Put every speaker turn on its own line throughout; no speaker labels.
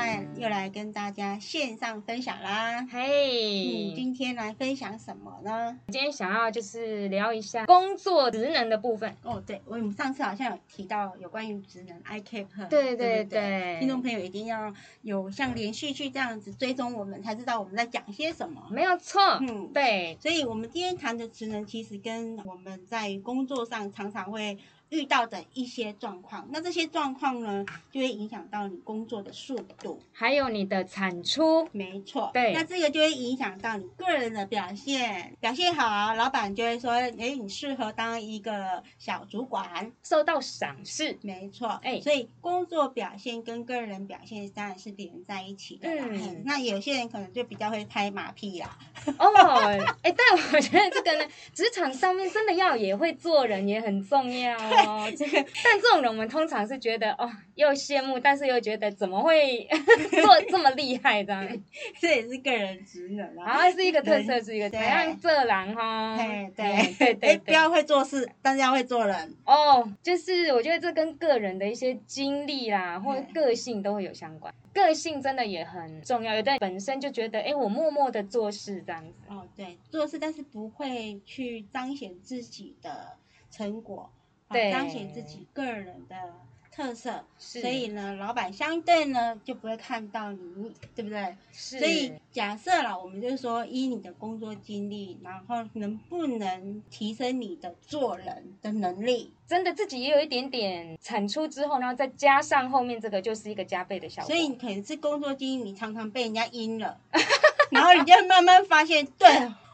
哎又来跟大家线上分享啦。
嘿、
嗯，今天来分享什么呢？
今天想要就是聊一下工作职能的部分。
哦，对，我们上次好像有提到有关于职能 iCap，对
对对
对
对
听众朋友一定要有像连续剧这样子追踪我们，才知道我们在讲些什么。
没有错，
嗯，
对，
所以，我们今天谈的职能，其实跟我们在工作上常常会遇到的一些状况，那这些状况呢，就会影响到你工作的速度。
还有你的产出，
没错，
对
那这个就会影响到你个人的表现，表现好，老板就会说，诶，你适合当一个小主管。
受到赏 识。
没错，
哎
所以工作表现跟个人表现当然是连在一起的啦。
嗯
嘿那有些人可能就比较会拍马屁啊啦，
哦，哎，但我觉得这个呢， 职场上面真的要也会做人也很重要哦。这个，但这种人我们通常是觉得哦，又羡慕，但是又觉得怎么会 做这么厉害 这样？
这也是个人职能啦。
然后是一个特色，是一个
对
怎样这狼哈？
嘿对
哎对
哎，
对
不
对。
要会做事，但是要会做人。
哦，就是我觉得这跟个人的一些经历啦，或者
嗯
个性都会有相关。个性真的也很重要，有的人本身就觉得，哎，我默默的做事这样子。
哦，对，做事但是不会去彰显自己的成果，啊
对
彰显自己个人的特色，
是，
所以呢，老板相对呢就不会看到你，对不对？
是，
所以假设了，我们就是说，依你的工作经历，然后能不能提升你的做人的能力？
真的自己也有一点点产出之后，然后再加上后面这个，就是一个加倍的效果。
所以你可能是工作经历，你常常被人家阴 了，然后你就会慢慢发现，对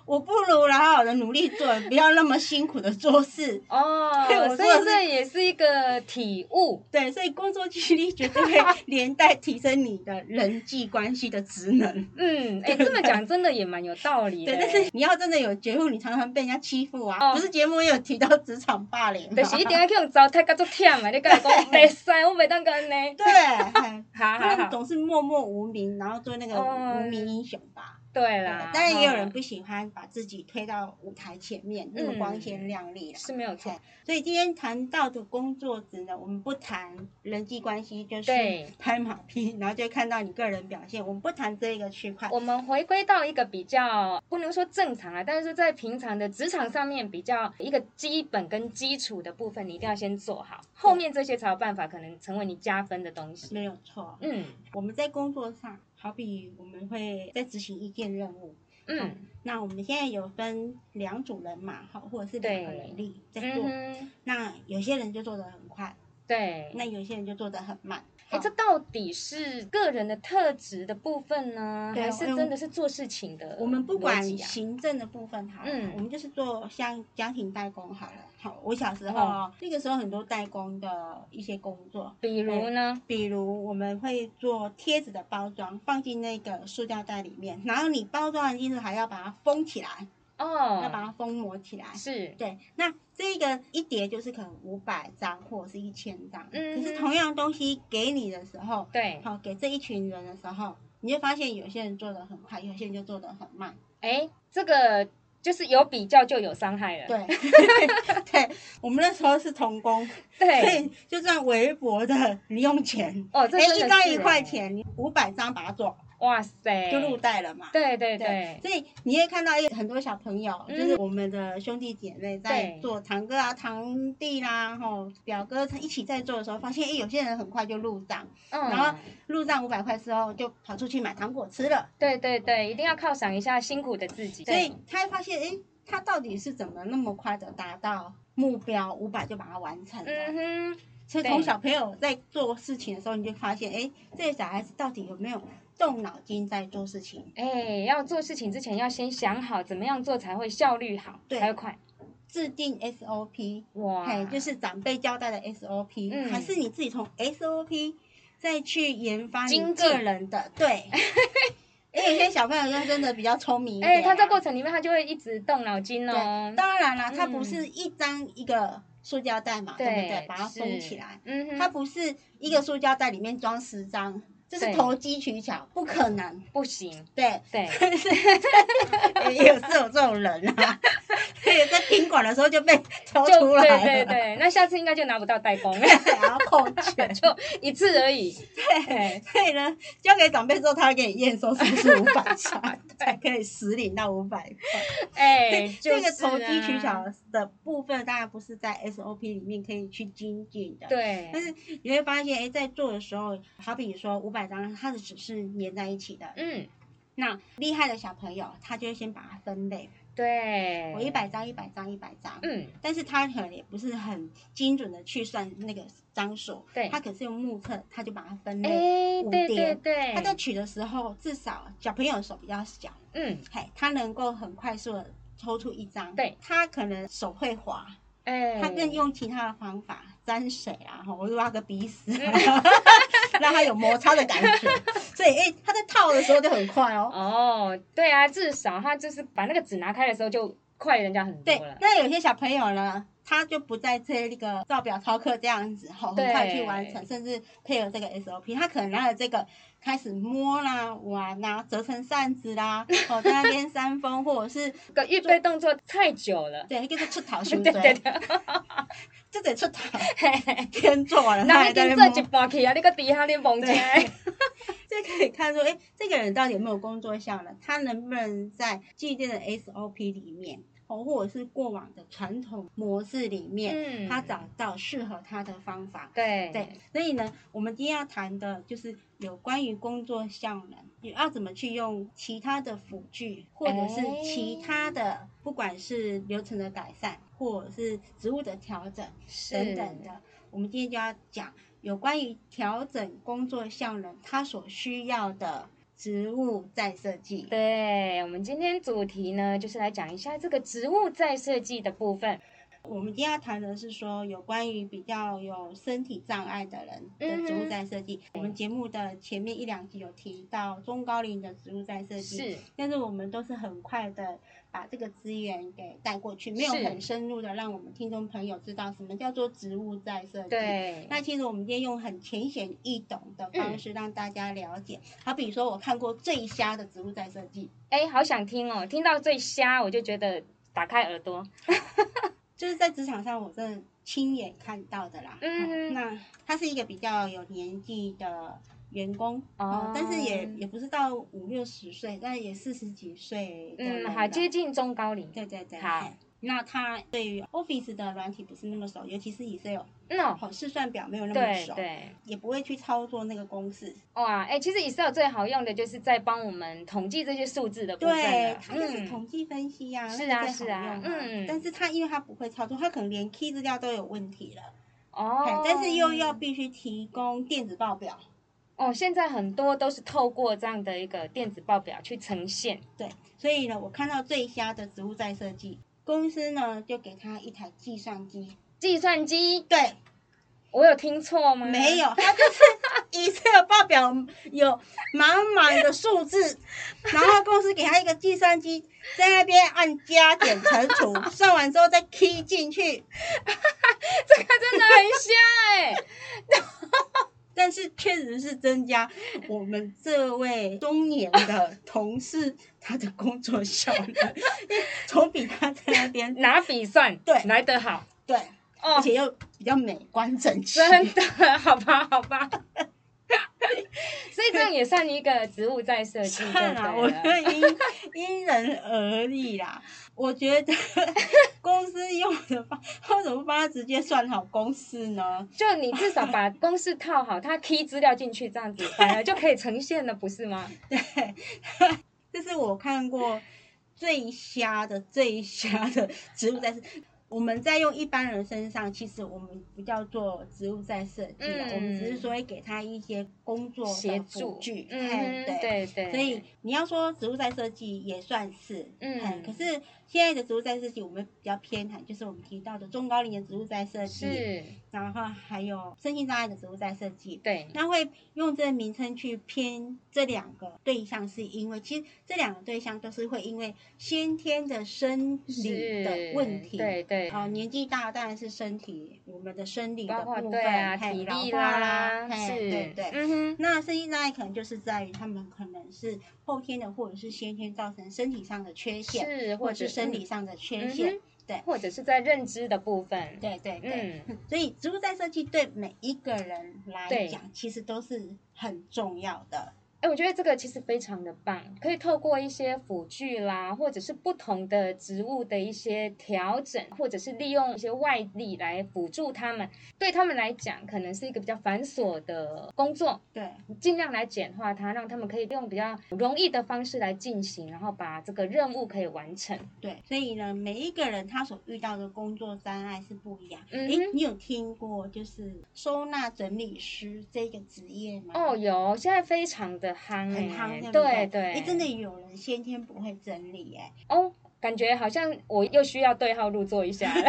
我不如好好的努力做，不要那么辛苦的做事。
哦
嘿我，说
所
的是
以这也是一个体悟。
对，所以工作经历绝对会 连带提升你的人际关系的职能。
嗯，哎，这么讲真的也蛮有道理的。
对，但是你要真的有觉悟，你常常被人家欺负啊。
哦
不是节目也有提到 职场霸凌啊吗，
就是一定要去用糟蹋到足忝的，你敢讲袂使，我袂当跟呢。
对，哎
好
不
好
然
好，
总是默默无名，然后做那个
哦
无名英雄吧。
对
对
啦，
当然也有
嗯
人不喜欢把自己推到舞台前面，那么
嗯
光鲜亮丽啦。啊
是没有错
嘿，所以今天谈到的工作职能，我们不谈人际关系，就是
对
拍马屁，然后就会看到你个人表现。我们不谈这一个区块，
我们回归到一个比较不能说正常啊，但是在平常的职场上面比较一个基本跟基础的部分，你一定要先做好，后面这些才有办法可能成为你加分的东西。
没有错。
嗯
我们在工作上，好比我们会在执行一件任务，
嗯
那我们现在有分两组人嘛，哈，或者是两个
对
人力在
嗯
做。
哼，
那有些人就做得很快，
对。
那有些人就做得很慢。好
哎，这到底是个人的特质的部分呢，
对啊
还是真的是做事情的逻辑啊、
我们不管行政的部分好了，
嗯
我们就是做像家庭代工好了。好，我小时候、
哦
那个时候很多代工的一些工作，
比如呢，
比如我们会做贴纸的包装，放进那个塑料袋里面，然后你包装完进去还要把它封起来，要把
哦，
它封膜起来。
是
对，那这个一叠就是可能五百张或者是一千张，
嗯
可是同样东西给你的时候，
对，
好、给这一群人的时候，你会发现有些人做的很快，有些人就做的很慢。
哎，这个就是有比较就有伤害了，
对，对， 我们那时候是童工，所
对，
以就算微薄的零用钱，
哦，这
哎，
真的
一张
是
一
哎
块，钱，你五百张把它做，
哇塞，
就入袋了嘛。
对对
对
对，
所以你会看到一很多小朋友，就
嗯
是我们的兄弟姐妹在
对
做堂哥啊、堂弟啦、吼表哥一起在做的时候，发现哎，有些人很快就入账，
嗯，
然后入账五百块之后就跑出去买糖果吃了。
对对对，一定要犒赏一下辛苦的自己。
所以他会发现，哎，他到底是怎么那么快的达到目标五百就把它完成
对，
的？
嗯哼，
所以从
对
小朋友在做事情的时候，你就发现，哎，这个小孩子到底有没有动脑筋在做事情？
哎，要做事情之前要先想好怎么样做才会效率好，
对
才会快。
制定 SOP，
哇，
哎，就是长辈交代的 SOP，、
啊嗯
还是你自己从 SOP 再去研发你
精
个
进
人的？ 对。因为有些小朋友就真的比较聪明一点啊、
哎，他在过程里面他就会一直动脑筋哦。
当然啦，它不
嗯
是一张一个塑胶袋嘛，对不对？把它封
是
起来，
嗯哼，
它不是一个塑胶袋里面装十张，这是
对
投机取巧，不可能。
不行，
对，
对，
也有是有这种人啊， 所以在宾馆的时候就被 抽
就
出来
对
了，
对对，那下次应该就拿不到代工，
然后扣钱。
就一次而已。对，
所以呢，交给长辈之后，他会给你验收是不是五 百块，才可以实领到五百块。
哎，就
这个投
是
机取
啊
巧，的部分，当然不是在 SOP 里面可以去精进的。，
对，
但是你会发现，哎，在做的时候，好比说五百张，它的纸是粘在一起的。
嗯，
那厉害的小朋友，他就会先把它分类，
对，
我一百张，一百张，一百张。
嗯，
但是他可能也不是很精准的去算那个张数，
对
他可是用目测，他就把它分类。
哎，
五
对对
点
对，
他在取的时候，至少小朋友的手比较小，
嗯，
嘿，他能够很快速的抽出一张。
对，
他可能手会滑，
哎，
他更用其他的方法沾水啊，吼我就挖个鼻 屎啊，让他有摩擦的感觉。所以，哎、他在套的时候就很快哦。
哦，对啊，至少他就是把那个纸拿开的时候就快人家很多
对
了，。
那有些小朋友呢，他就不在这一个照表操课这样子，吼，很
对
快去完成，甚至配合这个 SOP，他可能拿了这个开始摸啦、玩啦、折成扇子 啦，哦，在那边扇风，或者是
个预备动作太久了，
对，就是出 逃
对
行
对对
为，
对，
就得出逃， 天做完了，他
那
还
已
在那
经
边
这
摸
一半去啊，你个底下你蹦起来，
这可以看出，哎，这个人到底有没有工作效能？他能不能在既定的 SOP 里面，哦，或者是过往的传统模式里面，
嗯，
他找到适合他的方法？
对
对，所以呢，我们今天要谈的就是有关于工作效能，你要怎么去用其他的辅具，或者是
哎
其他的，不管是流程的改善，或者是职务的调整
是
等等的，我们今天就要讲有关于调整工作效能它所需要的职务再设计。
对，我们今天主题呢，就是来讲一下这个植物再设计的部分。
我们今天要谈的是说有关于比较有身体障碍的人
嗯哼
的植物再设计。我们节目的前面一两集有提到中高龄的植物再设计，
是，
但是我们都是很快的把这个资源给带过去，没有
是
很深入的让我们听众朋友知道什么叫做植物再设计。
对，
那其实我们今天用很浅显易懂的方
嗯
式让大家了解，好比说我看过最瞎的植物再设计，
哎，好想听哦，听到最瞎我就觉得打开耳朵，
就是在职场上我真的亲眼看到的啦。哦
嗯
那他是一个比较有年纪的员工
哦
但是也也不是到五六十岁，但也四十几岁的人
嗯，
了
好接近中高龄，
对对对，
好
嘿。那他对于 Office 的软体不是那么熟，尤其是 Excel，
嗯哦，
好试算表没有那么
对
熟，
对，
也不会去操作那个公式。
哇，哎，其实 Excel 最好用的就是在帮我们统计这些数字的部分
对
了，嗯
它就是统计分析呀、
是
那
啊
个
是
最好
啊
用啊
嗯
但是他因为他不会操作，他可能连 key 资料都有问题了，嘿
哦，
但是又要必须提供电子报表。
哦，现在很多都是透过这样的一个电子报表去呈现，
对，所以呢，我看到最瞎的植物再设计公司呢，就给他一台计算机。
计算机，
对，
我有听错吗？
没 有，它就是 Excel 报表有满满的数字，然后公司给他一个计算机，在那边按加减乘除，算完之后再 key 进去。
这个真的很瞎哎、
但是确实是增加我们这位中年的同事他的工作效率，因为总比他在那边
拿笔算，
对
来得好
对，而
哦，
且又比较美观整齐。
真的，好吧，好吧。 所以这样也算一个植物在设计，对
看啊，我
不
觉
对？
得因因人而异啦。我觉得 公司用的方，为什么不帮他直接算好公式呢？
就你至少把公式套好，它 key 资料进去，这样子反而就可以呈现了，不是吗？
这是我看过最瞎的、最瞎的植物在设。我们在用一般人身上，其实我们不叫做植物在设计啊，
嗯
我们只是说会给他一些工作
协
的
助
辅具，，
嗯
嘿，
哼，对对，
所以你要说植物再设计也算是，
嗯
哎可是现在的植物再设计，我们比较偏袒，就是我们提到的中高龄的植物再设计，
是，
然后还有身心障碍的植物再设计。
对，
那会用这个名称去偏这两个对象，是因为其实这两个对象都是会因为先天的生理的问题，
对对对，
哦，年纪大当然是身体，我们的生理
包
的
括
部分，
对啊，
嘿
体
老
力
化
啦，
嘿
是，
对对。
嗯哼，
那生意障碍可能就是在于他们可能是后天的或者是先天造成身体上的缺陷，
是，
或
或
者是生理
嗯
上的缺
嗯
陷。
哼
对
或者是在认知的部分，
对对对。
嗯，
所以植物在设计对每一个人来
对
讲，其实都是很重要的。
哎，我觉得这个其实非常的棒，可以透过一些辅具啦，或者是不同的植物的一些调整，或者是利用一些外力来辅助他们。对他们来讲，可能是一个比较繁琐的工作，
对
尽量来简化它，让他们可以用比较容易的方式来进行，然后把这个任务可以完成。
对，所以呢，每一个人他所遇到的工作障碍是不一样。
嗯
诶，
哼
你有听过就是收纳整理师这个职业吗？
哦，，有，现在非常的夯
很
哎、
夯，不
对
诶
对，
真的有人先天不会整理、诶，
哦，感觉好像我又需要对号入座一下 了。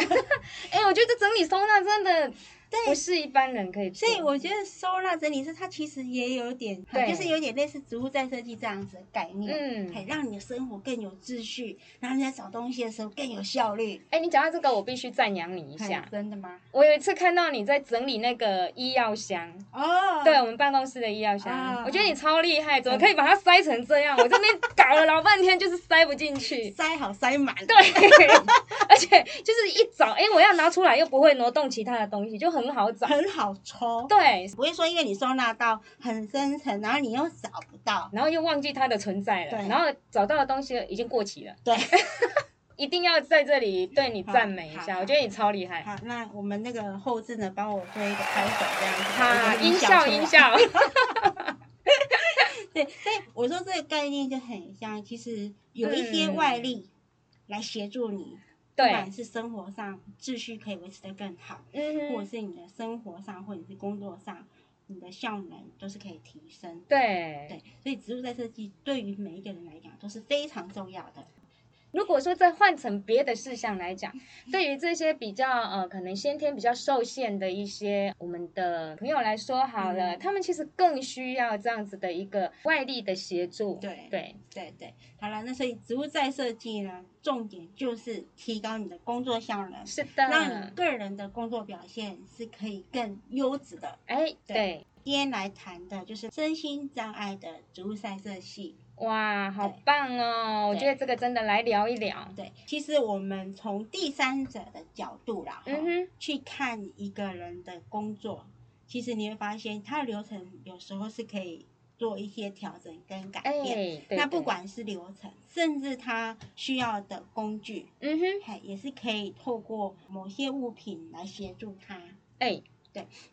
哎、我觉得整理收纳真的
对
不是一般人可以做。
所以我觉得收纳整理师他其实也有点，
嗯对
就是有点类似植物再设计这样子的概念，
嗯，
可以让你的生活更有秩序，让你在找东西的时候更有效率。
哎、你讲到这个，我必须赞扬你一下
嘿。真的吗？
我有一次看到你在整理那个医药箱，
哦，
对我们办公室的医药箱，
啊
我觉得你超厉害，怎么可以把它塞成这样？我这边搞了老半天就是塞不进去。
塞好塞满，
对， 而且就是一找，哎、我要拿出来又不会挪动其他的东西，就很好找。
很好抽。
对，
不会说因为你收纳到很深层，然后你又找不到。
然后又忘记它的存在了，
对
然后找到的东西已经过期了。
对，
一定要在这里对你赞美一
好
下，
好
我觉得你超厉害。
好，那我们那个后置呢，帮我做一个拍手这样子，
哈，
有
音效
出来
音。效，
对，所以我说这个概念就很像，其实有一些
嗯
外力来协助你，不
对
管，是生活上秩序可以维持得更好，
嗯
或者
哼，
是你的生活上或者是工作上，你的效能都是可以提升。
对。
对，所以植物在设计对于每一个人来讲都是非常重要的。
如果说再换成别的事项来讲，对于这些比较呃可能先天比较受限的一些我们的朋友来说好了，
嗯
他们其实更需要这样子的一个外力的协助。
对
对，
对对，好了，那所以植物再设计呢，重点就是提高你的工作效能，
是
让你
的。
个人的工作表现是可以更优质的。
哎，对，
今天来谈的就是身心障碍的植物晒色系。
哇，好
对
棒哦！我
对
觉得这个真的来聊一聊。
对，其实我们从第三者的角度啦，
嗯
齁
哼，
去看一个人的工作，其实你会发现它的流程有时候是可以做一些调整跟改
哎，
变。
对，
那
对
不，管是流程，甚至它需要的工具，
嗯哼，
嘿，也是可以透过某些物品来协助他。
哎，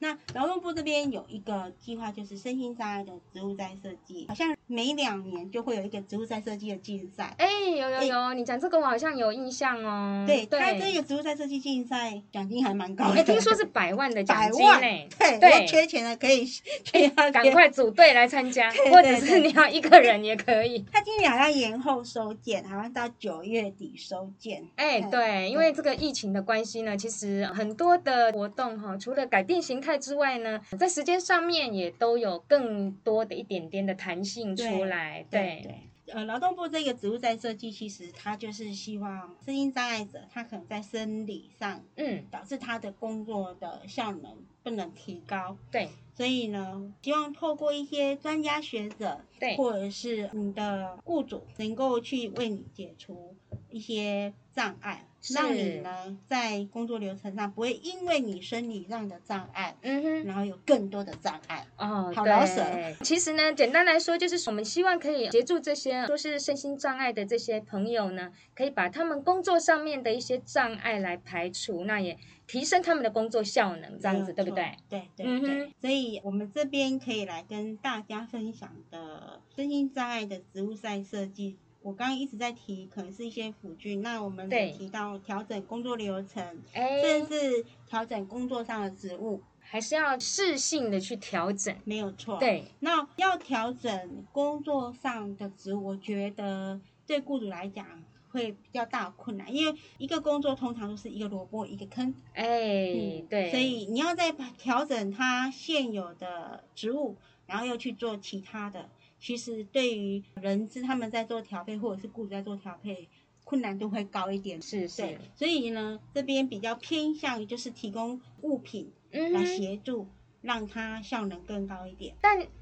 那劳动部这边有一个计划，就是身心障碍的植物再设计，好像每两年就会有一个植物再设计的竞赛。
哎，有有有，你讲这个我好像有印象哦。
对，它这
对，
个植物再设计竞赛奖金还蛮高
哎，
的，
听说是百万的奖
百
金
万
呢。。
对，如果缺钱的可以 去那
赶
边。
快组队来参加，
对对
或者是你要一个人也可以。
它今年好像延后收件，好像到九月底收件。
哎，
嗯
对，因为这个疫情的关系呢，其实很多的活动哈，除了改变形态之外呢，在时间上面也都有更多的一点点的弹性出来。
对，对，呃，劳动部这个植物再设计，其实它就是希望身心障碍者，他可能在生理上
嗯，
导致他的工作的效能不能提高，
对
所以呢，希望透过一些专家学者
对，
或者是你的雇主，能够去为你解除一些障碍，
是
让你呢在工作流程上不会因为你生理上的障碍，
嗯哼。
然后有更多的障碍。
哦，
好
对
老舍
其实呢，简单来说，就是我们希望可以协助这些说是身心障碍的这些朋友呢，可以把他们工作上面的一些障碍来排除，那也提升他们的工作效能，这样子对不对？？
对对
嗯哼
对，所以我们这边可以来跟大家分享的身心障碍的植物赛设计。我刚刚一直在提，可能是一些辅具。那我们
对
有提到调整工作流程，
哎
甚，至调整工作上的职务，
还是要适性的去调整。
没有错。，
对，
那要调整工作上的职务，我觉得对雇主来讲会比较大的困难，因为一个工作通常都是一个萝卜一个坑。
哎，
嗯，
对，
所以你要再把调整它现有的植物，然后又去做其他的，其实对于人资他们在做调配，或者是雇主在做调配，困难度会高一点。
是是
对，，所以呢，这边比较偏向于就是提供物品
嗯
来
哼。
协助，让它效能更高一点。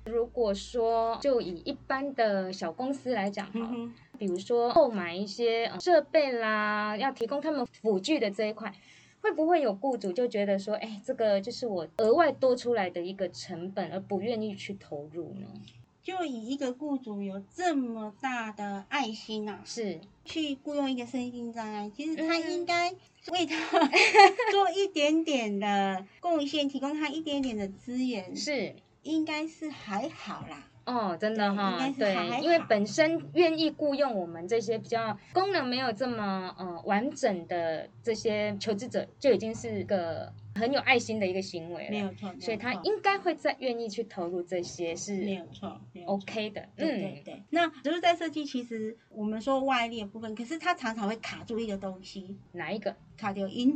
如果说就以一般的小公司来讲哈，
嗯哼，
比如说购买一些呃设备啦，要提供他们辅具的这一块，会不会有雇主就觉得说，哎，这个就是我额外多出来的一个成本，而不愿意去投入呢？
就以一个雇主有这么大的爱心啊，
是，
去雇佣一个身心障碍，其实他
嗯
应该为 他做一点点的贡献，提供他一点点的资源，
是。
应该是还好啦。
哦，真的
对
哈、
应该是还
对，因为
好
本身愿意雇佣我们这些比较功能没有这么呃完整的这些求职者，就已经是个很有爱心的一个行为了。
没有错，
所以他
没有错
应该会再愿意去投入这些
没
是
有错，没有错。
OK 的，
对对
嗯，
对，那就是在设计，其实我们说外力的部分，可是它常常会卡住一个东西，
哪一个？
卡掉 音。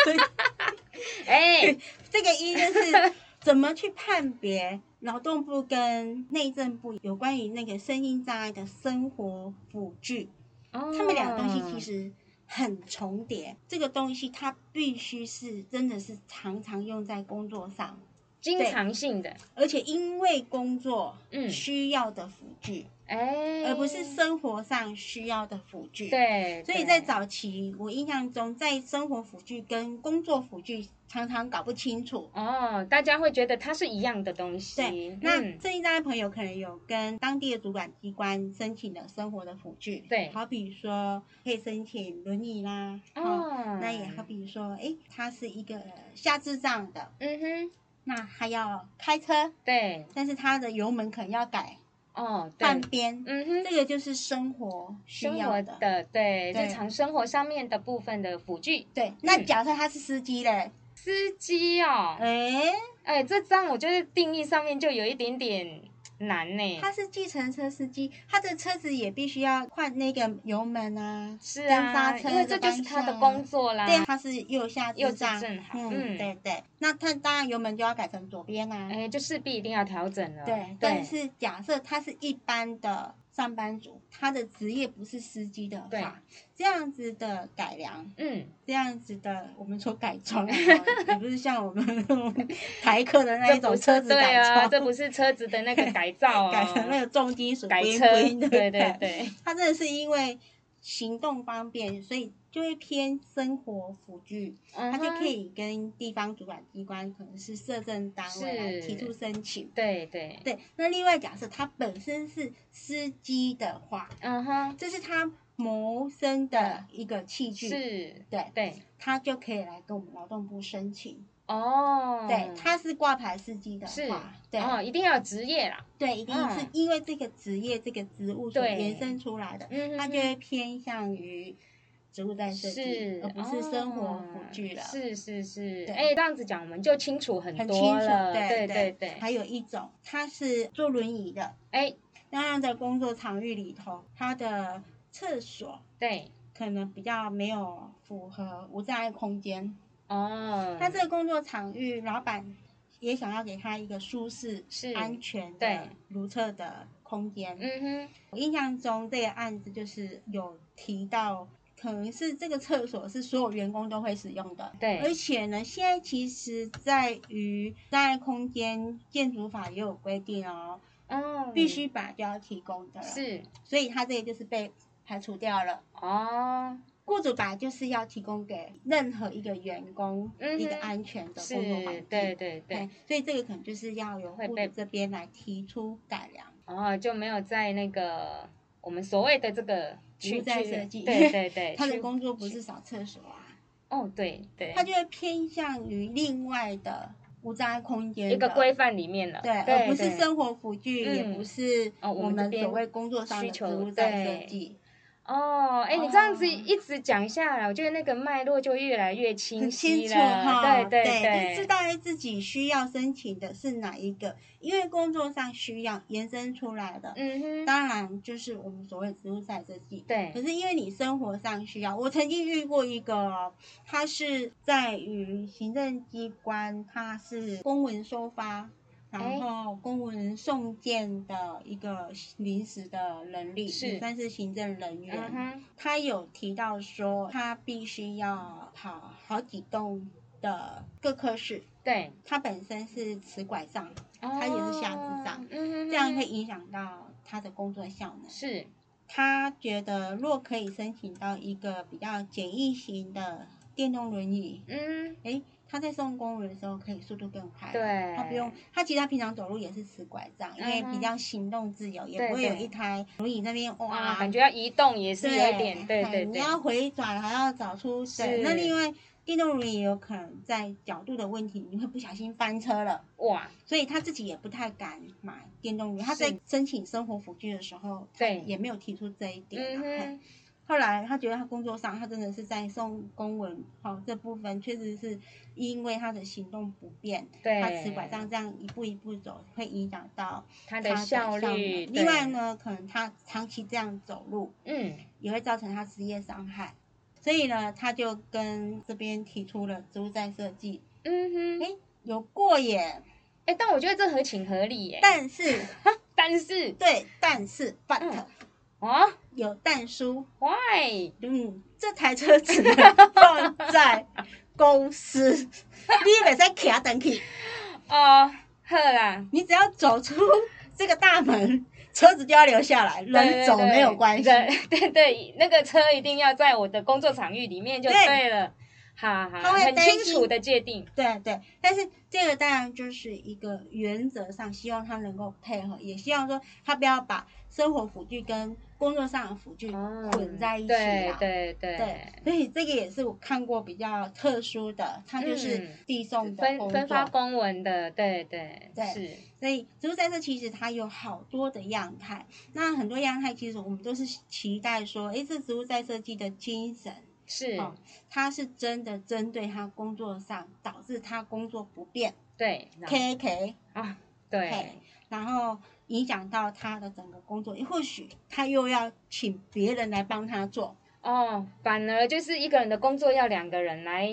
哎，
这个一就是怎么去判别劳动部跟内政部有关于那个身心障碍的生活辅具，
哦
他们两个东西其实很重叠。这个东西它必须是真的是常常用在工作上，
经常性的，
而且因为工作
嗯，
需要的辅具，
哎，
而不是生活上需要的辅具。。
对，
所以
对
在早期，我印象中，在生活辅具跟工作辅具常常搞不清楚，
哦，大家会觉得它是一样的东西，
对，那
嗯，
这一障碍朋友可能有跟当地的主管机关申请了生活的辅具，
对
好比说可以申请轮椅啦，哦，
哦，
那也好，比说，诶，他是一个下智障的，
嗯哼，
那他要开车，
对，
但是他的油门可能要改
哦，对
半，边，
嗯哼。
这个就是生活需
生
要
活
的。
的对
对
日常生活上面的部分的辅具，
对，那
嗯
假设他是司机嘞，
司机哦，
嗯诶，
哎，这张我觉得定义上面就有一点点难呢。
他是计程车司机，他的车子也必须要换那个油门啊，
是
跟刹
啊，
车
因为这就是他的工作啦。
对，它是右下
啊右
智
智
障，
正好嗯
嗯，对对。那它当然油门就要改成左边啦、啊
哎，就势必一定要调整了。
对，但是假设他是一般的上班族，他的职业不是司机的
对
话，这样子的改良，
嗯，
这样子的我们说改 装啊，也不是像我们台客的那一
这
种
不
车
是
子
对
改
啊，
装，
这不是车子的 那个改造
改成那
哦，
个重金属
改
冰
车，
冰的
对对
改
对，
他真的是因为行动方便，所以就会偏生活辅具。
他
他就可。以跟地方主管机关，可能是社政单位来
是
提出申请。
对对，
对，那另外假设他本身是司机的话，
嗯哼，
这是他谋生的一个器具，
是，
对
对，
他就可以来跟我们劳动部申请。
哦，
对，他是挂牌司机的
是
话，对、
哦，一定要有职业啦，
对，一定
嗯
是因为这个职业、这个职务所
对
延伸出来的，
嗯哼
他就会偏向于职务在设计
是，，
而不是生活
哦
辅具了。
是是是，
对
哎，这样子讲我们就清楚很
很
多
清楚，
了，
对
对对，
还有一种，他是坐轮椅的，
哎，
那样的工作场域里头，他的厕所
对，
可能比较没有符合无障碍空间。
哦，
那这个工作场域，老板也想要给他一个舒适、
是
安全
对
的如厕的空间。
嗯
我印象中这个案子就是有提到。可能是这个厕所是所有员工都会使用的，
哼，对，
而且呢，现在其实在于在空间建筑法也有规定哦，
哦，
必须把就要提供的了，
是
所以它这个就是被排除掉了。
哦，
雇主把就是要提供给任何一个员工
嗯哼
一个安全的
是
工作环境，
对对对
哎，，所以这个可能就是要由
会
雇
被
主这边来提出改良。
哦，就没有在那个我们所谓的这个
服务
去
在
去
设计
对对对，
他的
去
工作不是扫厕所啊，
哦，对对，
他就会偏向于另外的无障碍空间
一个
的
规范里面了，
对，而
对，
不是
对
生活辅具，也
嗯
不是
哦我
我
们这
们
边
所谓工作上
需
的
求
职务在
对
设计。
哦，哎，你这样子
哦
一直讲下来，我觉得那个脉络就越来越清
很
晰
清
了，
楚哈，
对
就
对，
知道哎自己需要申请的是哪一个，因为工作上需要延伸出来的，
嗯哼，
当然就是我们所谓职务在设计。可
对，
是因为你生活上需要，我曾经遇过一个哦，他是在于行政机关，他是公文收发，然后公务人送件的一个临时的能力，
是
也算是行政人员。
嗯哼，
他有提到说，他必须要跑好几栋的各科室。
对，
他本身是磁拐杖，
他
也是下肢障
嗯哼，
这样会影响到他的工作效能。
是
他觉得若可以申请到一个比较简易型的电动轮椅，
嗯，
诶，他在送公文的时候可以速度更快。
对，嗯
他不用，他其实他平常走路也是持拐杖，因为比较行动自由，也不会有一台轮椅那边
啊，
哇，
感觉要移动也是
对
有一点，对
哎
对
你
对，
要回转还要找出
是
对。那另外，电动轮椅也有可能在角度的问题，你会不小心翻车了，
哇，
所以他自己也不太敢买电动轮椅。他在
是
申请生活辅具的时候，
对
也没有提出这一点
嗯
啊。嘿
哼，
后来他觉得他工作上，他真的是在送公文，好、这部分确实是因为他的行动不便，
对，
他持拐杖这样一步一步走，会影响到
它
他
的效
能
率，
另外
对，
呢，可能他长期这样走路，
嗯，
也会造成他职业伤害。所以呢，他就跟这边提出了植物再设计，
嗯哼，
诶，有过耶，
哎，但我觉得这合情合理耶。
但是
但是
对，但是 but、
啊
有但书，
，why？
嗯，这台车只能放在公司，你袂使徛等去，
哦，好啦，
你只要走出这个大门，车子就要留下来，人走没有关系。
对 对对对对，那个车一定要在我的工作场域里面就
对
对了，好好，
他会
很
担
清
心
楚的界定，
对对，但是这个当然就是一个原则上，希望他能够配合，也希望说他不要把生活辅具跟工作上的辅具
哦
混在一起
对
啊。
对对
对，所以这个也是我看过比较特殊的，它就是
嗯
递送的
分
工
分发
作。
公文的，对对
对
是，
所以植物在这其实它有好多的样态，那很多样态其实我们都是期待说，诶，这植物在设计的精神，
是，
哦它是真的针对他工作上导致他工作不便
对，然后
，K K，
啊，对
嘿，然后影响到他的整个工作，或许他又要请别人来帮他做，
哦，反而就是一个人的工作要两个人来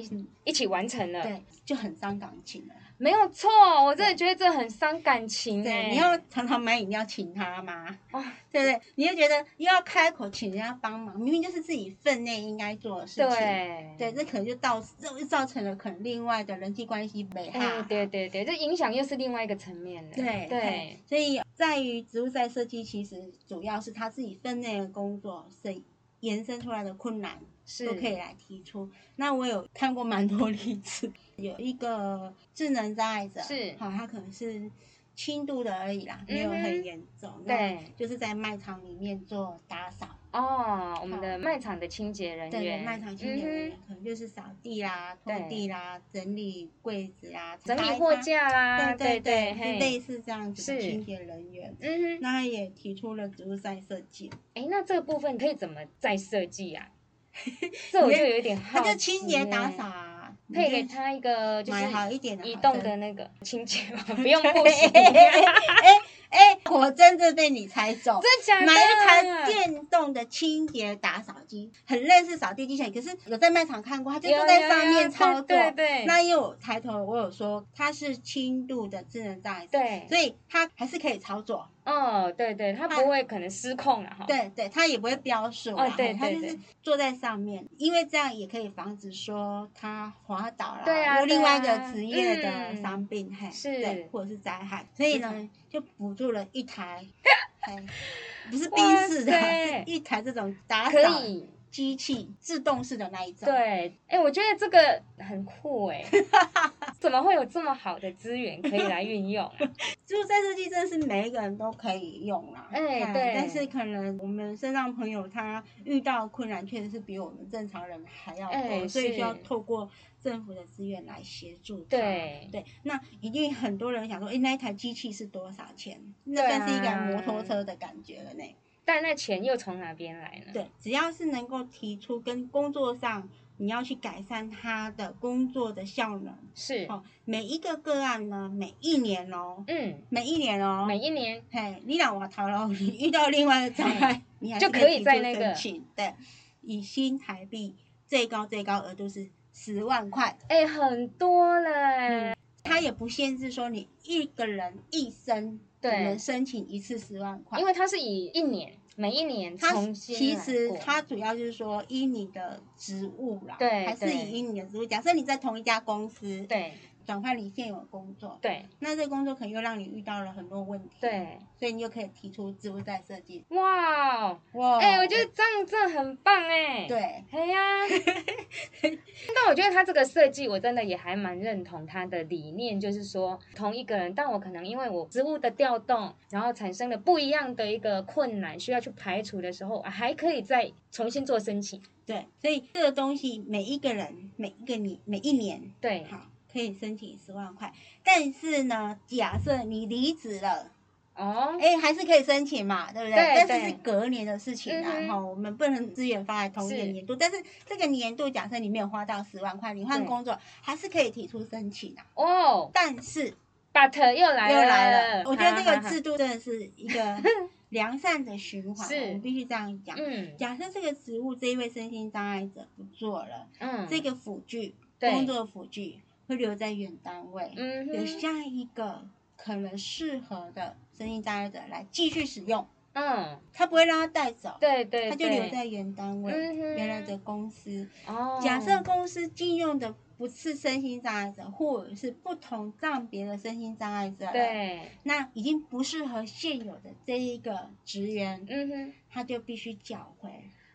一起完成了，
嗯对，就很伤感情了。
没有错，我真的觉得这很伤感情哎，
对，你要常常买饮料请他嘛，
哦
对不对？你就觉得又要开口请人家帮忙，明明就是自己分内应该做的事情。
对
对，这可能就造这造成了可能另外的人际关系美哈、
哎，对对对，这影响又是另外一个层面了。
对
对，
所以在于植物在设计，其实主要是他自己分内的工作所延伸出来的困难，
是
都可以来提出。那我有看过蛮多例子，有一个智能障碍者，
是
好、他可能是轻度的而已啦，没有
嗯哼
很严重。那
对
就是在卖场里面做打扫，
哦，我们
好
的卖场的清洁人
对
员，
对，卖场清洁人
嗯
员可能就是扫地啦、拖
对
地啦、整理柜子啦、
哼整
擦
理
一
货
擦，
架啦，
对
对，
是
嘿，
类似这样子的
是
清洁人员。
嗯哼，
那他也提出了植物赛设计，
哎，那这个部分可以怎么再设计 啊？这我就有点好
他
奇耶，
就清洁打扫啊，
配给
你就
他一个就是
买好一点的
移
好
动
针
的。那个清洁吗，不用不行，
哎哎，果真的被你猜中。
真假的？
买一台电动的清洁打扫机，很类似扫地机器人，可是有在卖场看过，它就
有
坐在
有
上
有
面操作。
对对对
那因为我抬头，我有说它是轻度的智能障碍者，
对，
所以它还是可以操作。
哦，对对，他不会可能失控啊了哈。
对对，它也不会标示
哦
啦，
对
它
对
就
对
是坐在上面，因为这样也可以防止说它滑倒啦，
对啊
有另外一
对
个
啊
职业的
嗯
伤病，嘿，
是
对，或者是灾害，所以
是
呢，就补助了一 台，嘿不是
哇
冰式的，是
塞
一台这种打
可
扫
以
机器自动式的那一种，
对，哎、我觉得这个很酷 哎、怎么会有这么好的资源可以来 运用啊、
就是在设计真的是每一个人都可以用啦，
哎
嘿
对
但是可能我们身上朋友他遇到困难，确实是比我们正常人还要多，
哎
所以
是
需要透过政府的资源来协助他。
对，
对，那一定很多人想说，哎，那一台机器是多少钱？那
对啊
算是一台摩托车的感觉了呢。
但那钱又从哪边来呢？，
对，只要是能够提出跟工作上你要去改善他的工作的效能，
是，
哦，每一个个案呢，每一年哦，
嗯，
每一年哦，
每一年
嘿，你让我逃了，你 遇到另外的障碍，你还是
就可以
提出
在那个
申请对，以新台币最高最高额度是十万块，
哎、很多了、哎
嗯它也不限制说你一个人一生只
对
能申请一次十万块
因。为它是以一年，每一年
嗯它
重新
其
来
实
过
它主要就是说依你的职务啦，
对
还是
对
以你的职务。假设你在同一家公司，
对
转换你现有工作，
对
那这个工作可能又让你遇到了很多问题，，
对，
所以你就可以提出职务再设计。
哇哦，
哇
哎、我觉得这样真的很棒哎、
对，
哎呀， 但我觉得他这个设计，我真的也还蛮认同他的理念，就是说同一个人，但我可能因为我职务的调动，然后产生了不一样的一个困难，需要去排除的时候，啊还可以再重新做申请。
对，所以这个东西每一个人、每一个你、每一年，
对
好，可以申请十万块。但是呢，假设你离职了，
哦，
哎，还是可以申请嘛，对不对？
对
但是
对
是隔年的事情啊，
嗯哼
哈、我们不能资源放在同一个
是
年度。但是这个年度，假设你没有花到十万块，你换
对
工作还是可以提出申请啊。
哦
但是
，but 又来
又
了，
来了，我觉得这
哈
个
哈哈
制度真的是一 个良善的循环，
是
我们必须这样讲。
嗯
假设这个职务这一位身心障碍者不做了，
嗯，
这个辅具
对
工作辅具会留在原单位，
嗯
有
哼
下一个可能适合的身心障碍者来继续使用，
嗯，
他不会让他带走，
对嗯对，
他就留
对
在原单位、
嗯哼
原来的公司。
哦，
假设公司禁用的不是身心障碍者，或者是不同障别的身心障碍者了，
对，
那已经不适合现有的这一个职员，
嗯哼。
他就必须缴回。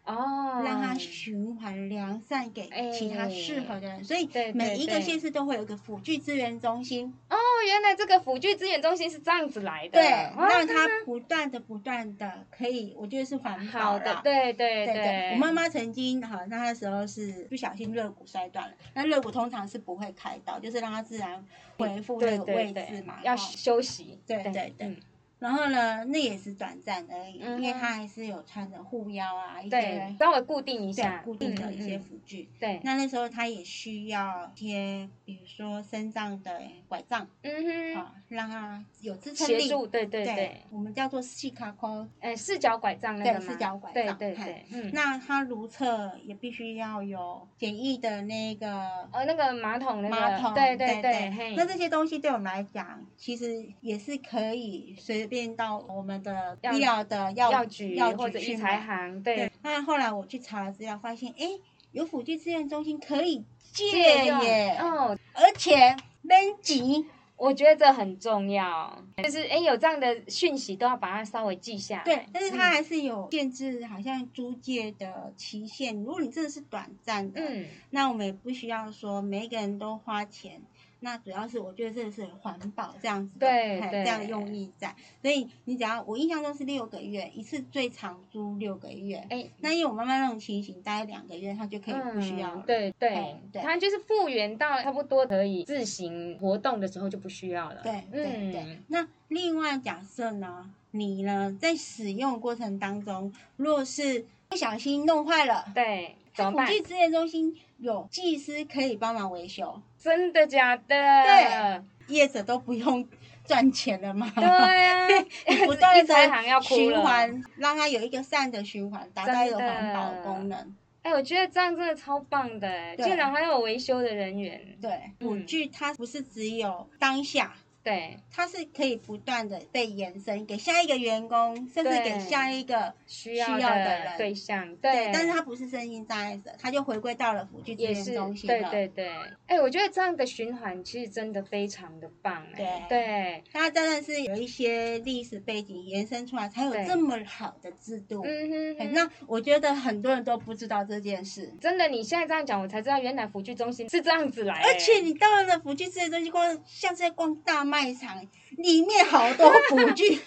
哦，
让它循环良善给其他适合的人，所以
哎对对
每一个
对
县市都会有一个辅具资源中心，
哦，原来这个辅具资源中心是这样子来的，
对，
哦
让它不断的不断的可以，我觉得是环保
好
啦
的，。对对
对对，我妈妈曾经好，那她那时候是不小心肋骨摔断了，那肋骨通常是不会开刀，就是让它自然恢复那
对
个
对
位
对
置嘛，，
要
哦
休息，
对对对
嗯
然后呢，那也是短暂而已，因为
嗯哼
她还是有穿着护腰啊，一
对
些，
稍微固定一
对
下，
固定的
嗯
一些
嗯嗯
辅具。
对，
那那时候他也需要贴，比如说身上的拐杖
嗯哼，
啊，让他有支撑
协
力。
助，对对
对
对，
我们叫做细卡扣。
哎，四脚拐杖那个
对
吗？
四脚拐
对
杖
对对
嘿，
嗯，
那他如厕也必须要有简易的那个
哦，那个马桶那个，
马桶，
对
对
对，嘿，
那这些东西对我们来讲，其实也是可以随便到我们的
药
医疗的药
药局
药
或者
局去
一财
买。
行，对
对，，那后来我去查了资料，发现哎，诶有辅具资源中心可以
借
借
用
耶，
哦，
而且免钱。
我觉得这很重要，就是哎，有这样的讯息都要把它稍微记下来。
对，但是它
嗯
还是有限制，好像租借的期限。如果你真的是短暂的，
嗯，
那我们也不需要说每一个人都花钱。那主要是我觉得这个是环保这样子的，
对
嘿
对
这样的用意在。所以你只要我印象中是六个月一次，最长租六个月。
哎，
那因为我妈妈那种情形，待两个月她就可以不需要了。
嗯、对对
哎，对
它就是复原到差不多可以自行活动的时候就不需要了。
对对对
嗯，。
那另外假设呢，你呢在使用过程当中，若是不小心弄坏了，
对，怎么
辅
办？
具资源中心有技师可以帮忙维修，
真的假的？
对业者都不用赚钱了嘛。
对啊，
你不断
一财行要
的
哭
循
了。
环，让它有一个善的循环，达到一个
真的
环保功能。
哎，我觉得这样真的超棒的哎，
对
竟然还有维修的人员。
对，
嗯
辅具它不是只有当下，
对，
它是可以不断的被延伸，给下一个员工，甚至给下一个
需要
需要的人
对象，
对，但是它不是身心障碍者，它就回归到了辅具资
也
源
是
中心
对
了。
对对，哎、我觉得这样的循环其实真的非常的棒、哎，
对
对，
它真的是有一些历史背景延伸出来，才有
对
这么好的制度。
嗯哼
对
哼
哎那我觉得很多人都不知道这件事，
真的，你现在这样讲，我才知道原来福聚中心是这样子来、
而且你到了辅具这些东西，光像是在逛大卖场，里面好多辅 具，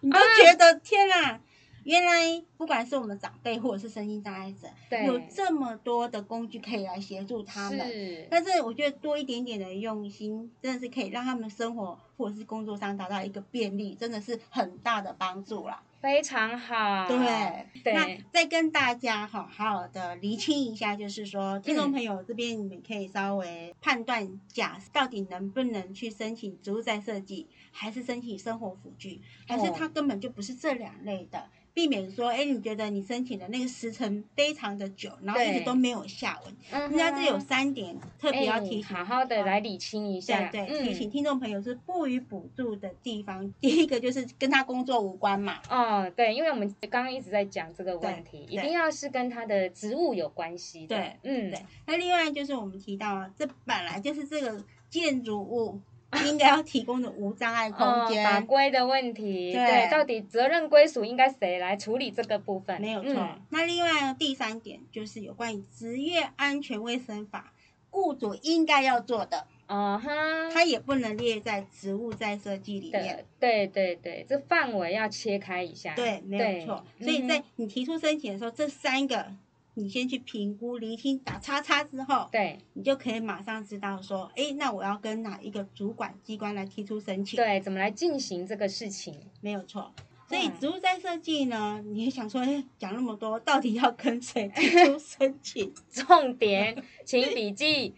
你都
嗯
觉得天啊！原来不管是我们长辈或者是身心障碍者，
对
有这么多的工具可以来协助他们。
是，
但是我觉得多一点点的用心，真的是可以让他们生活或者是工作上达到一个便利，真的是很大的帮助啦。
非常好，
对，那
啊对，
再跟大家哈好好的厘清一下，就是说，听
嗯
众朋友这边你们可以稍微判断假到底能不能去申请
哦
植物再设计，还是申请生活辅具，还是它根本就不是这两类的。避免说，哎，你觉得你申请的那个时程非常的久，然后一直
对
都没有下文。
嗯
人家这有
哼
三点特别要提
哎
醒，
好好的来理清一下，
对对，
嗯
提醒听众朋友是不予补助的地方， 第一个就是跟他工作无关嘛，
哦，对，因为我们刚刚一直在讲这个问题，
对
一定要是跟他的职务有关系的。
对，
嗯，
对。那另外就是我们提到啊，这本来就是这个建筑 物应该要提供的无障碍空
哦，法
间，
规的问题，
对
对，到底责任归属应该谁来处理这个部分？
没有错。
嗯
那另外呢，第三点就是有关于职业安全卫生法。雇主应该要做的，
哦哈，
它也不能列在职务在设计里面。
的，对对对，这范围要切开一下。嗯
对，没有错。所以在你提出申请的时候，这三个你先去评估、厘清、打叉叉之后
嗯，对
你就可以马上知道说，哎，那我要跟哪一个主管机关来提出申请？，
对，怎么来进行这个事情？
没有错。所以
嗯
植物在设计呢，你也想说，哎，讲那么多，到底要跟谁 提出申请？
重点，请笔记，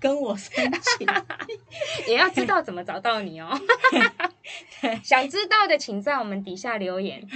跟我申 请，
也要知道怎么找到你 哦。想知道的，请在我们底下留言。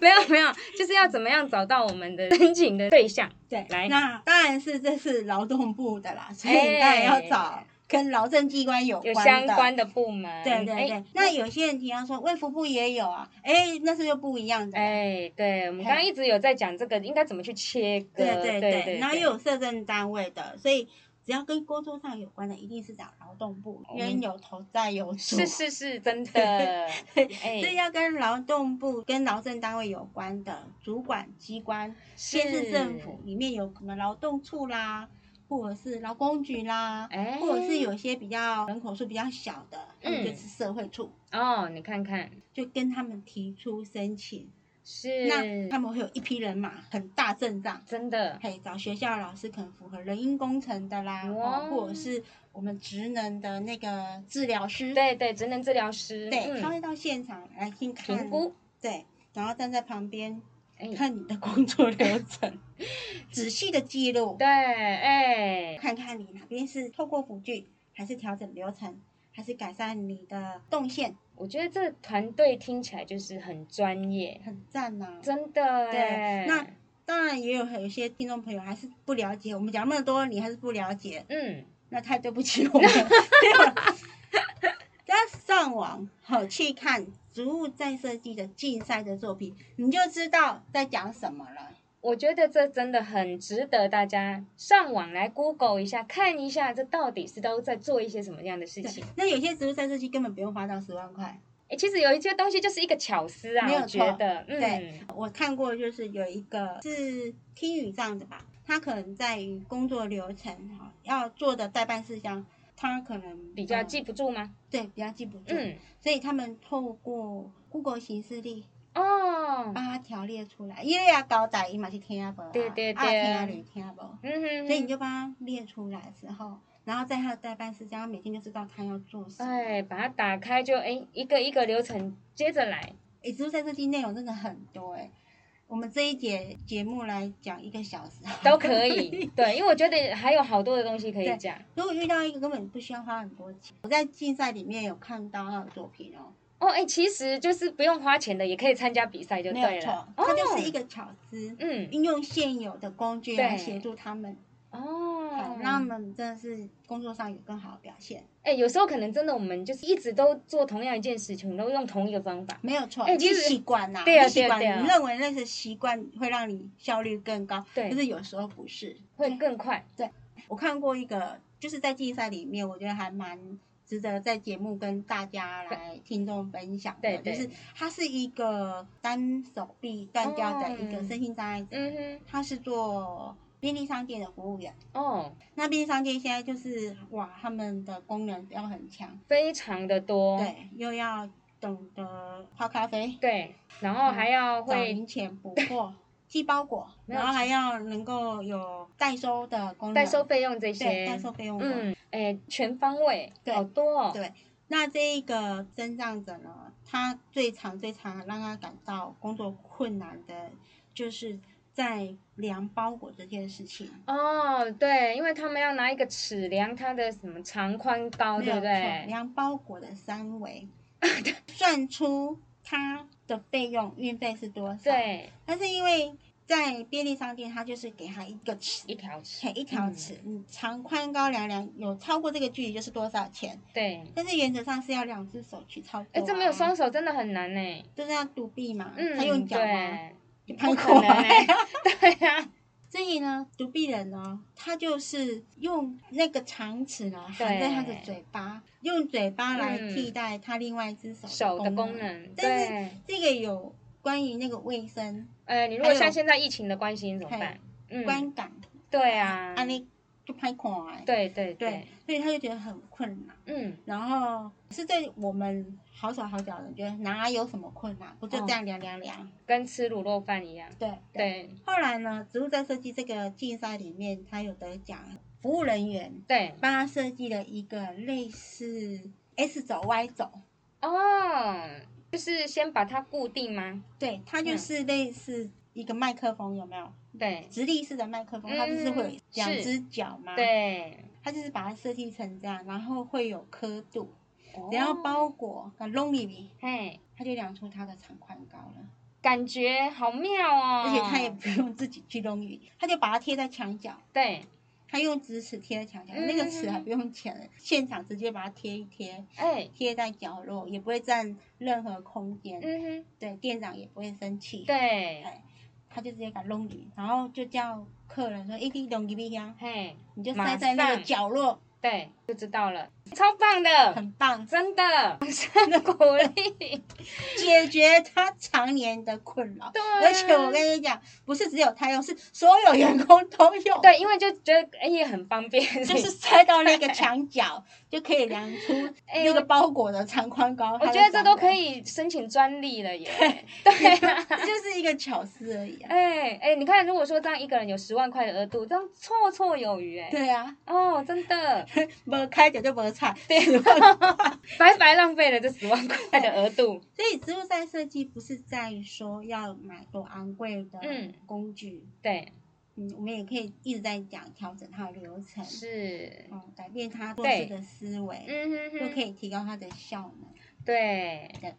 没有没有，就是要怎么样找到我们的申请的对象？
对，
来
那当然是这是劳动部的啦，所以
哎
你当然要找跟劳政机关有
有
关
相
的。
关的部门。
对对
哎
对，那有些人提到说，卫福部也有啊，哎，那是又不一样的。
哎，对，我们刚刚一直有在讲这个应该怎么去切割，
对
呃对
对对，然后又有社政单位的，所以只要跟工作上有关的，一定是找劳动部，
我们
冤有头债有主。
哦是是是，真 的，
所以
哎，
要跟劳动部、跟劳政单位有关的主管机关，县市政府，里面有可能劳动处啦，或者是劳工局啦，
哎，
或者是有些比较人口数比较小的，他们
嗯
就是社会处，
哦，你看看，
就跟他们提出申请，
是
那他们会有一批人马，很大阵仗。
真的，
可以找学校老师，可能符合人因工程的啦，
哇
哦或者是我们职能的那个治疗师，
对对，职能治疗师，
对，
嗯
他会到现场来先看
评，估，
对，然后站在旁边
哎，
看你的工作流程，仔细的记录，
对，哎，
看看你哪边是透过辅具，还是调整流程，还是改善你的动线，
我觉得这团队听起来就是很专业，
很赞呐、
真的，
对
哎
那当然也有有些听众朋友还是不了解，我们讲那么多，你还是不了解，
嗯，
那太对不起 我们了。没有啦只要上网好去看《植物再设计》的竞赛的作品，你就知道在讲什么了。
我觉得这真的很值得大家上网来 Google 一下，看一下这到底是都在做一些什么样的事
对
情。，
那有些植物再设计根本不用花到十万块。
哎，其实有一些东西就是一个巧思啊，
没有
我觉
错
得，
对
嗯，
我看过，就是有一个是听语障的吧，他可能在于工作流程哈要做的代办事项，他可能
比较
呃
记不住吗？
对比较记不住，
嗯，
所以他们透过 Google 形式力
哦，
把它条列出来，因为要交代伊嘛是听无，
对对
啊听啊
对
你听无，
嗯哼，
所以你就帮他列出来之后，然后在他的代办事项，他每天就知道他要做什么。
哎，把它打开就哎，一个一个流程接着来，
哎，植物在设计内容真的很多哎、我们这一节节目来讲一个小时
都可以。对，因为我觉得还有好多的东西可以
对
讲。
如果遇到一个根本不需要花很多钱，我在竞赛里面有看到他的作品哦，
哦，哎，其实就是不用花钱的，也可以参加比赛就
没
对
有错
了，。哦
它就是一
个，
个巧思，
嗯，
运用现有的工具来
对
协助他们，
哦
好，让他们真的是工作上有更好的表现。
哎、有时候可能真的我们就是一直都做同样一件事情，都用同一个方法。
没有错，
哎
你
其实
习惯啦，
对啊
你习惯，
对啊对啊
你认为那是习惯会让你效率更高，
对
可是有时候不是。
会更快。
我看过一个，就是在竞赛里面，我觉得还蛮值得在节目跟大家来听众分享的，
对对
就是他是一个单手臂断掉的一个
嗯
身心障碍者，
嗯
他是做便利商店的服务员。
哼，哦，
那便利商店现在就是哇，他们的功能要很强，
非常的多。
对，又要懂得泡咖啡，
对然后还
嗯
要
找
会
零钱 补货、寄包裹，
没有
然后还要能够有代收的功能，
代收费用这
对代
些。
收费用的。
嗯，哎、全方位，
对
好多哦。
对那这一个征障者呢，他最常最常让他感到工作困难的，就是在量包裹这件事情。
哦，对，因为他们要拿一个尺量它的什么长宽高，
没
哦
有错，
对不 对？
量包裹的三维，算出他的费用运费是多少？，
对，
但是因为在便利商店，它就是给他一个尺，
一条尺，
嘿一条
嗯
尺，你长宽高量量，有超过这个距离就是多少钱。
对。
但是原则上是要两只手去操作、啊，
哎，这没有双手真的很难呢。
就是要独臂嘛，
嗯，
他用脚嘛，
对，
就拍
不可
口
能
啊。
欸对 呀，
所以呢，独臂人呢，他就是用那个长尺呢
对
含在他的嘴巴，用嘴巴来
嗯
替代他另外一只手
手的
功
功。能，
但是
对。
这个有关于那个卫生
呃，你如
还
果
有
像现在疫情的关系，你怎么办？嗯，
观感，
对啊，
安利就拍垮欸。
对对
对
对，，
所以他就觉得很困难。
嗯，
然后是对我们好手好脚的人，觉得哪有什么困难，
哦
不就这样量量量？
跟吃卤肉饭一样。
对。
对
后来呢，植物在设计这个竞赛里面，他有得奖，服务人员
对，
帮他设计了一个类似 S 轴 Y 轴，
哦，就是先把它固定吗？
对，它就是类似一个麦克风，有没有？
对
直立式的麦克风，
嗯
它不是会有两
是
只脚吗？，
对，
它就是把它设计成这样，然后会有刻度，
哦
只要包裹啊弄里面，
嘿，
它就量出它的长宽高了，
感觉好妙哦。
而且它也不用自己去弄匀，它就把它贴在墙角。
对，
它用直尺贴在墙角，
嗯
那个尺还不用钱，现场直接把它贴一贴，
哎，
贴在角落，也不会占任何空间。
嗯哼，
对，店长也不会生气。，
对，
他就直接把它弄匀，然后就叫客人说：“一滴弄给你啊，
嘿，
你就
马
塞在那个
上
角落，
对，就知道了，超棒的，
很棒，
真的，掌声鼓励。
解决他常年的困扰。”
对，
而且我跟你讲，不是只有他用，是所有员工都用。。
对，因为就觉得哎也很方便，
就是塞到那个墙角，就可以量出
哎
那个包裹的长宽高。
我
它
觉得
的
这
长
都
短
可以申请专利了耶。对啊，
这 就是一个巧思而已、啊。
哎哎，你看，如果说这样一个人有十万块的额度，这样绰绰有余哎。
对啊，
哦，真的，
没开酒就没菜。对，
白白浪费了这十万块的额度。
所以植物在设计不是在于说要买多昂贵的
嗯
工具，
对，
嗯我们也可以一直在讲调整它的流程，
是，
嗯，改变它做事的思维，
嗯哼
就
哼，
可以提高它的效能。
对
对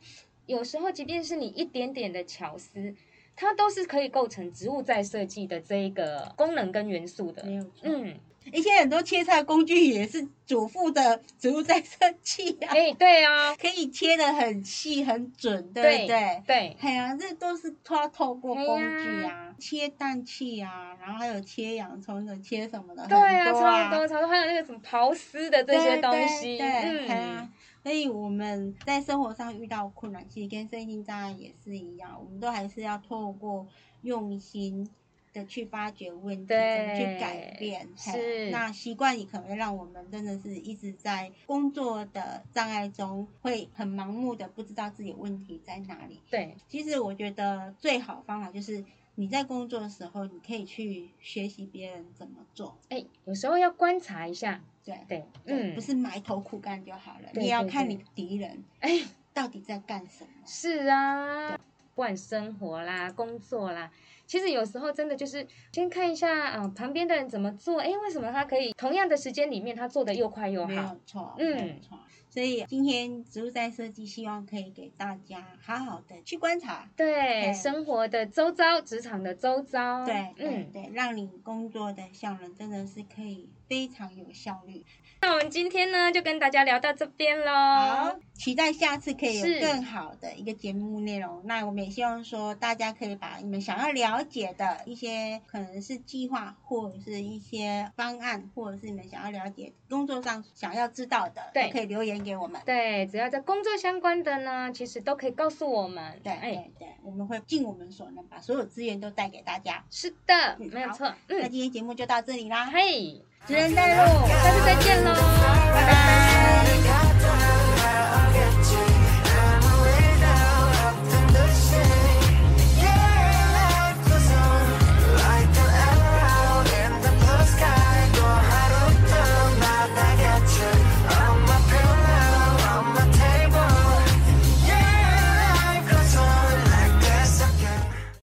有时候即便是你一点点的巧思，它都是可以构成植物再设计的这一个功能跟元素的。
没有错，
嗯，
以前很多切菜工具也是主妇的植物在设计啊，
哎，对啊，
可以切得很细很准，对不对？
对，
哎呀，这都是它透过工
嘿
具
呀
啊，切蛋器啊，然后还有切洋葱的、切什么的，
对
很
啊，
多
超
啊，
多超多，还有那个什么刨丝的这些
对
东
对
西，
对，嘿
嗯
啊，所以我们在生活上遇到困难，其实跟身心障碍也是一样，我们都还是要透过用心。的去发掘问题，怎么去
对
改变？嘿
是
那习惯也可能会让我们真的是一直在工作的障碍中，会很盲目的不知道自己问题在哪里。
对，
其实我觉得最好方法就是你在工作的时候，你可以去学习别人怎么做，
哎，有时候要观察一下，
对，
对，
嗯，
嗯，
不，是埋头苦干就好了，
对
你也要
对
看
对
你敌人
哎，
到底在干什么。
是啊，不管生活啦、工作啦，其实有时候真的就是先看一下啊、旁边的人怎么做，哎，为什么他可以同样的时间里面他做的又快又
没
好？
有错，
嗯
没有错。所以今天植物在设计，希望可以给大家好好的去观察，
对，
对
生活的周遭、职场的周遭，
对，对
嗯，
对，让你工作的效能真的是可以非常有效率。
那我们今天呢就跟大家聊到这边
好
喽，，
期待下次可以
是
有更好的一个节目内容。那我们也希望说，大家可以把你们想要了解的一些，可能是计划，或者是一些方案，或者是你们想要了解工作上想要知道的，
对
都可以留言给我们。
对，只要在工作相关的呢，其实都可以告诉我们，
对
哎。
对对，我们会尽我们所能，把所有资源都带给大家。
是的，
嗯
没有
好
错。
那
嗯，
今天节目就到这里啦，
嘿，
职人带路，
下次再见喽，
拜拜